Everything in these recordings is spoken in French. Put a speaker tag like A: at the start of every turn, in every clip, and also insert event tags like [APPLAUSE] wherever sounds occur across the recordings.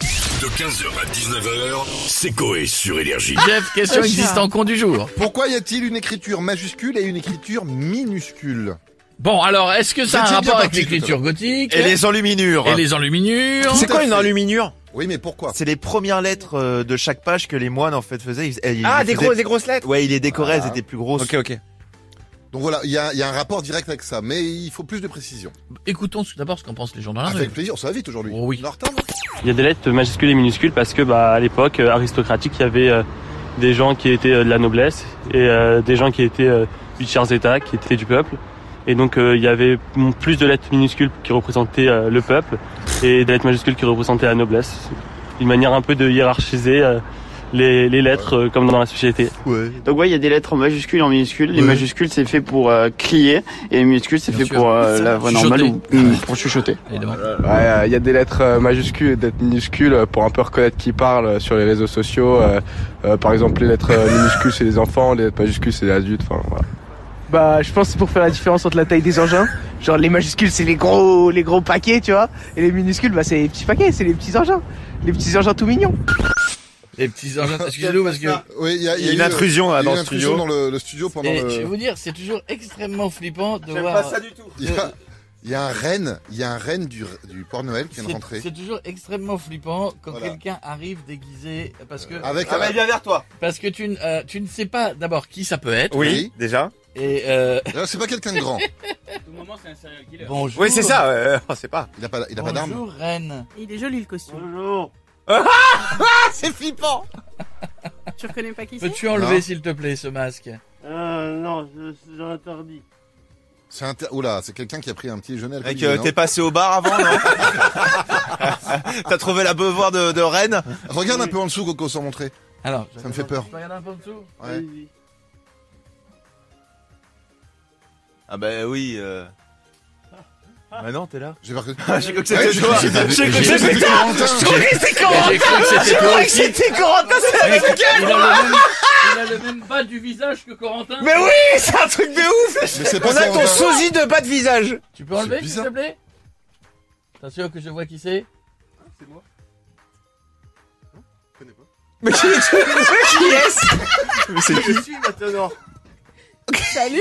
A: De 15h à 19h, c'est Coé sur Énergie.
B: Jeff, question existant con du jour.
C: Pourquoi y a-t-il une écriture majuscule et une écriture minuscule
B: Bon, alors, est-ce que ça a
C: Vous
B: un
C: étiez bien
B: rapport avec
C: parti tout à
B: l'écriture gothique
D: Et les enluminures.
B: et les enluminures
D: C'est quoi
C: à
D: une
C: fait.
D: enluminure
C: Oui, mais pourquoi
D: C'est les premières lettres euh, de chaque page que les moines en fait faisaient. Ils- ils-
E: Ah,
D: ils
E: des,
D: faisaient-
E: gros, des grosses lettres
D: Ouais, ils les décoraient, elles étaient plus grosses.
E: Ok, ok.
C: Donc voilà, il y a, il y a un rapport direct avec ça, mais il faut plus de précision.
B: Écoutons tout d'abord ce qu'en pensent les gens dans la rue.
C: Avec plaisir, ça va vite aujourd'hui.
B: Ah Oh oui.
C: On est en retard, non
F: Il y a des lettres majuscules et minuscules parce que bah, à l'époque euh, aristocratique, il y avait euh, des gens qui étaient euh, de la noblesse et euh, des gens qui étaient euh, du tiers état, qui étaient du peuple. Et donc euh, il y avait mm, plus de lettres minuscules qui représentaient euh, le peuple et des lettres majuscules qui représentaient la noblesse. Une manière un peu de hiérarchiser euh, les, les lettres euh, comme dans la société.
D: Ouais.
G: Donc ouais, il y a des lettres en majuscules et en minuscules. Les
D: Ouais.
G: majuscules c'est fait pour euh, crier et les minuscules c'est
B: Bien
G: fait
B: sûr.
G: pour euh, la voix normale ou
B: Chuchoter.
G: Mm, pour chuchoter.
B: évidemment.
H: Ouais, euh, il y a des lettres euh, majuscules et des lettres minuscules euh, pour un peu reconnaître qui parle euh, sur les réseaux sociaux. euh, euh, par exemple, les lettres euh, minuscules c'est les enfants, les lettres majuscules c'est les adultes. Enfin, voilà.
I: Bah, je pense que c'est pour faire la différence entre la taille des engins. Genre, les majuscules, c'est les gros, les gros paquets, tu vois. Et les minuscules, bah, c'est les petits paquets, c'est les petits engins. Les petits engins tout mignons.
B: Les petits engins, excusez-nous parce que...
C: Oui, il y a, il y a eu,
D: une
C: euh,
D: intrusion
C: il y
D: là,
C: a eu
D: dans
C: une
D: le
C: intrusion
D: studio.
C: dans le, le studio pendant
B: Et
C: le...
B: je vais vous dire, c'est toujours extrêmement flippant de voir...
I: du tout.
C: Il y a, il y a un renne, il y a un renne du, du Père Noël qui vient de
B: C'est
C: rentrer.
B: c'est toujours extrêmement flippant quand
C: Voilà. Euh, ah.
B: quelqu'un arrive déguisé parce que
C: Avec
D: Ah, bah,
C: un...
I: viens vers toi.
B: parce que tu ne euh, tu ne sais pas d'abord qui ça peut être
D: Oui,
C: Oui.
D: déjà.
B: et euh,
C: D'ailleurs, C'est pas quelqu'un de grand.
B: bonjour
D: Oui, c'est ça. euh, on sait
C: [LAUGHS]
D: pas.
C: Il a pas, il a pas d'arme.
B: bonjour reine
J: Il est joli le costume.
G: Bonjour.
D: C'est flippant.
J: Tu reconnais pas qui c'est
B: peux-tu enlever
C: Non.
B: s'il te plaît ce masque
G: Euh, non, c'est interdit.
C: C'est un... ter- Oula, c'est quelqu'un qui a pris un petit déjeuner.
D: Mec,
C: alcoolisé,
D: euh,
C: non
D: t'es passé au bar avant, [LAUGHS] non T'as trouvé la beuvoir de, de Rennes
C: Regarde un peu en dessous, Coco, sans montrer.
B: alors
C: Ça me fait peur.
B: je peux regarder un peu en dessous
C: Ouais.
D: Ah bah oui. Euh... Ah non, t'es là.
C: J'ai peur que...
D: Ah, J'ai cru que
C: Ouais,
D: c'était toi.
C: j'ai- j'ai pas vu-
D: J'ai cru que
C: j'ai-
D: c'était
C: j'ai- j'ai-
I: Oh,
B: J'ai cru que c'était toi aussi.
D: c'était Corentin.
B: Mais Il a le même, il a le même bas du visage que Corentin.
D: Mais oui, c'est un truc de ouf.
B: [LAUGHS]
C: Mais c'est pas
D: On a
C: ça,
D: ton sosie de bas de visage.
B: Tu peux enlever,
C: C'est
B: s'il te
C: bizarre.
B: plaît T'es sûr que je vois qui c'est
D: Mais qui est Mais c'est qui
J: Salut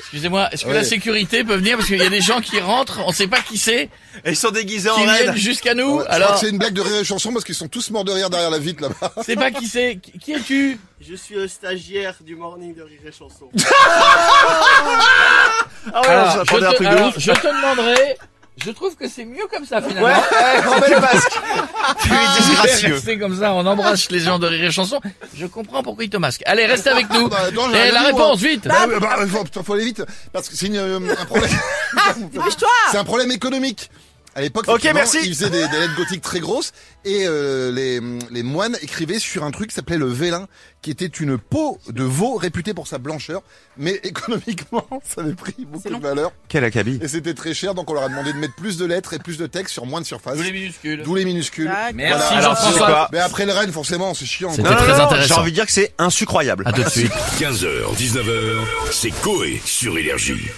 B: Excusez-moi, est-ce que
C: Ah Ouais.
B: la sécurité peut venir Parce qu'il y a des gens qui rentrent, on sait pas qui c'est,
D: Et Ils sont déguisés en
B: qui viennent
D: reine.
B: jusqu'à
C: on-
B: nous.
C: Ouais, je crois que
B: Alors,
C: c'est une blague de rire et chanson parce qu'ils sont tous morts de rire derrière la vitre Ah là-bas.
B: c'est pas qui c'est. Qui qui es-tu
G: Je suis le stagiaire du morning de Rire et Chanson.
D: Ah ouais,
B: Alors, je,
D: j'attendais un
B: te,
D: truc de
B: alors,
D: ouf.
B: je te demanderai. Je trouve que c'est mieux comme ça finalement.
D: [LAUGHS] Ouais, eh, remets le masque. Tu es disgracieux.
B: C'est comme ça, on embrasse les gens de rire et chanson. Je comprends pourquoi ils te masquent. Allez, restez avec nous.
C: Bah, non, j'ai
D: Eh,
B: Et la
C: rien dit, moi.
B: réponse, vite
C: Bah, bah, bah, faut, putain, faut aller vite parce que c'est une, euh, un problème.
J: [LAUGHS] Dépêche-toi
C: C'est un problème économique. À l'époque,
D: Ok,
C: effectivement,
D: merci.
C: ils faisaient des, des lettres gothiques très grosses et euh, les, les moines écrivaient sur un truc qui s'appelait le vélin, qui était une peau de veau réputée pour sa blancheur, mais [LAUGHS] économiquement, ça avait pris beaucoup
J: C'est
C: de
J: long.
C: valeur
D: Quel acabit.
C: et c'était très cher, donc on leur a demandé de mettre plus de lettres et plus de textes sur moins de surface,
B: Tous les minuscules.
C: d'où les minuscules.
I: Ah.
B: Merci
C: Voilà.
D: Alors,
B: Jean-François.
D: c'est quoi
C: Mais après le Rennes, forcément, c'est chiant.
B: C'était
D: Non, non,
B: très
D: non, non,
B: intéressant. Ah,
D: J'ai envie de dire que c'est insucroyable.
B: À tout de suite.
A: 15h, 19h, c'est Coé sur Énergie.